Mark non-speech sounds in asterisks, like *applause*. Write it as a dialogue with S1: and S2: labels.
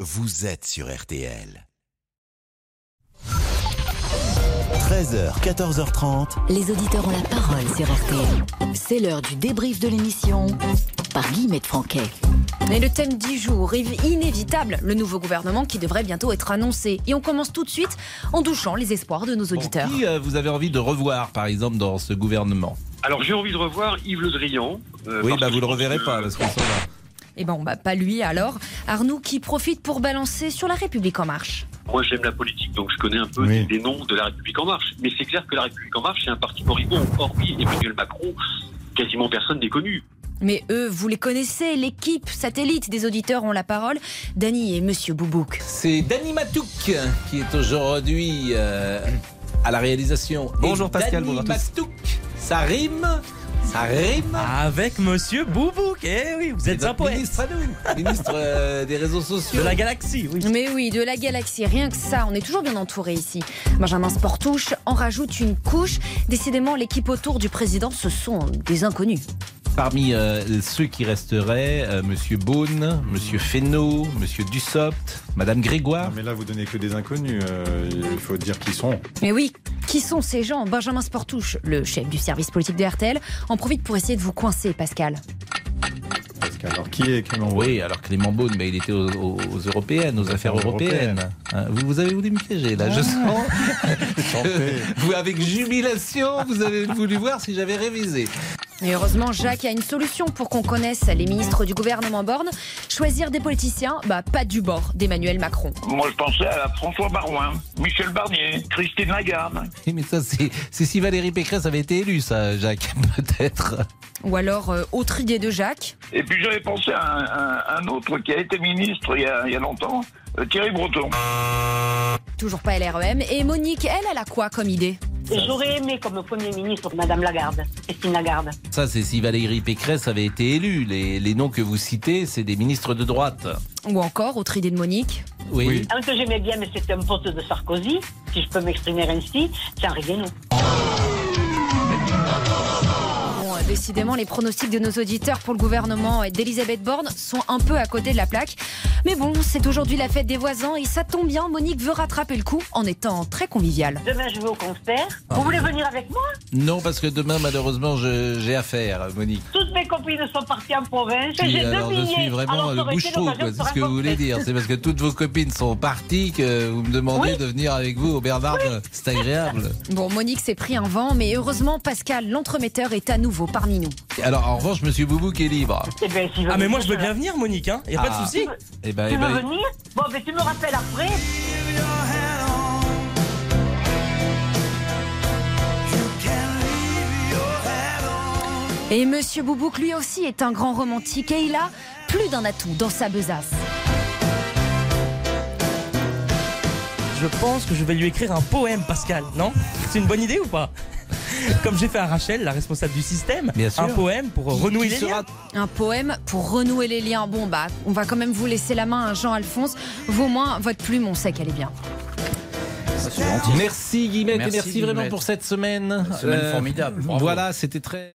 S1: vous êtes sur RTL. 13h, 14h30.
S2: Les auditeurs ont la parole sur RTL. C'est l'heure du débrief de l'émission par Guillemette Franquet.
S3: Mais le thème 10 jours rive inévitable, le nouveau gouvernement qui devrait bientôt être annoncé. Et on commence tout de suite en douchant les espoirs de nos auditeurs.
S4: Qui euh, vous avez envie de revoir, par exemple, dans ce gouvernement
S5: Alors j'ai envie de revoir Yves Le Drian. euh,
S4: Oui,
S5: parce
S4: bah
S5: que
S4: vous le
S5: je pense
S4: reverrez
S5: que-
S4: pas parce qu'on s'en va.
S3: Et ben, bah, pas lui alors. Arnoux qui profite pour balancer sur la République en marche.
S5: Moi j'aime la politique, donc je connais un peu
S6: Oui.
S5: des, des noms de La République En Marche. Mais c'est clair que La République En Marche, c'est un parti moribond. Hormis Emmanuel Macron, quasiment personne n'est connu.
S3: Mais eux, vous les connaissez, l'équipe satellite des auditeurs ont la parole. Dany et Monsieur Boubouk.
S4: C'est Dany Matouk qui est aujourd'hui euh, à la réalisation.
S7: Bonjour
S4: Et
S7: Pascal,
S4: Dany
S7: bonjour à tous.
S4: Matouk, ça rime, ça rime.
S7: Avec monsieur Boubouk, eh oui, vous
S4: C'est
S7: êtes un
S4: notre
S7: poète
S4: ministre à nous, ministre euh, des réseaux
S7: de
S4: sociaux.
S7: la galaxie, oui.
S3: Mais oui, de la galaxie, rien que ça, on est toujours bien entouré ici. Benjamin Sportouche en rajoute une couche. Décidément, l'équipe autour du président, ce sont des inconnus.
S4: Parmi euh, ceux qui resteraient, euh, Monsieur Beaune, Monsieur Fesneau, Monsieur Dussopt, Madame Grégoire.
S8: Non, Ah, mais là, vous donnez que des inconnus. euh, il faut dire qui sont.
S3: Mais oui, qui sont ces gens Benjamin Sportouche, le chef du service politique de RTL, en profite pour essayer de vous coincer, Pascal.
S8: Parce que, alors, qui est Clément Beaune
S4: Oui, alors Clément Beaune, mais il était aux, aux- aux européennes, aux affaires
S8: européennes.
S4: européennes. Ah. Hein, Vous, vous avez voulu me piéger, là, je sens. *laughs* que vous, avec jubilation, vous avez voulu voir si j'avais révisé.
S3: Et heureusement, Jacques a une solution pour qu'on connaisse les ministres du gouvernement Borne. Choisir des politiciens, bah pas du bord d'Emmanuel Macron.
S9: Moi, je pensais à François Barouin, Michel Barnier, Christine Lagarde.
S4: Oui, Mais ça, c'est c'est si Valérie Pécresse avait été élue, ça, Jacques, *laughs* peut-être.
S3: Ou alors, euh, autre idée de Jacques.
S9: Et puis, j'avais pensé à un, à un autre qui a été ministre il y a, il y a longtemps, euh, Thierry Breton.
S3: Toujours pas LREM. Et Monique, elle, elle a quoi comme idée
S10: J'aurais aimé comme Premier ministre Madame Lagarde, Christine Lagarde.
S4: Ça, c'est si Valérie Pécresse avait été élue. Les, les noms que vous citez, c'est des ministres de droite.
S3: Ou encore, autre idée de Monique.
S4: oui.
S10: Un que j'aimais bien, mais c'était un pote de Sarkozy, si je peux m'exprimer ainsi, c'est Henri Guénaud.
S3: Bon, euh, décidément, les pronostics de nos auditeurs pour le gouvernement et d'Elisabeth Borne sont un peu à côté de la plaque. Mais bon, c'est aujourd'hui la fête des voisins et ça tombe bien, Monique veut rattraper le coup en étant très conviviale.
S10: Demain, je vais au concert.
S4: Ah
S10: Vous voulez venir avec moi
S4: Non, parce que demain, malheureusement, je- j'ai affaire, Monique.
S10: Toutes mes copines sont parties en province.
S4: Oui,
S10: J'ai deux
S4: alors je
S10: billets.
S4: suis vraiment
S10: Alors, ça
S4: euh,
S10: aurait été
S4: bouche-trou,
S10: l'occasion
S4: quoi,
S10: de
S4: c'est ce
S10: se
S4: que vous voulez
S10: rencontrer.
S4: dire. C'est parce que toutes vos copines sont parties que vous me demandez
S10: Oui.
S4: de venir avec vous au Bernard. C'est agréable.
S3: Bon, Monique s'est pris un vent, mais heureusement, Pascal, l'entremetteur, est à nouveau parmi nous.
S4: Alors, en revanche, Monsieur Boubou qui est libre.
S10: Eh ben, s'il veut
S7: Ah mais
S10: venir,
S7: moi je veux
S10: serai
S7: bien venir Monique, hein, y a pas
S4: Ah.
S7: de souci.
S4: Eh ben,
S10: là.
S4: eh
S10: Tu
S4: ben,
S10: veux venir Bon, mais tu me rappelles après.
S3: Et Monsieur Boubouk, lui aussi, est un grand romantique et il a plus d'un atout dans sa besace.
S7: Je pense que je vais lui écrire un poème Pascal, non C'est une bonne idée ou pas Comme j'ai fait à Rachel, la responsable du système,
S4: Bien sûr.
S7: un poème pour
S4: qui-
S7: renouer
S4: qui
S7: les
S4: sera-
S7: liens.
S3: Un poème pour renouer les liens. Bon, bah, on va quand même vous laisser la main à Jean-Alphonse. Vaut moins votre plume, on sait qu'elle est bien.
S4: Merci Guillemette, et merci,
S11: Merci,
S4: vraiment
S11: Guillemette.
S4: pour cette semaine. Euh,
S11: Semaine formidable, bravo.
S4: Voilà, c'était très.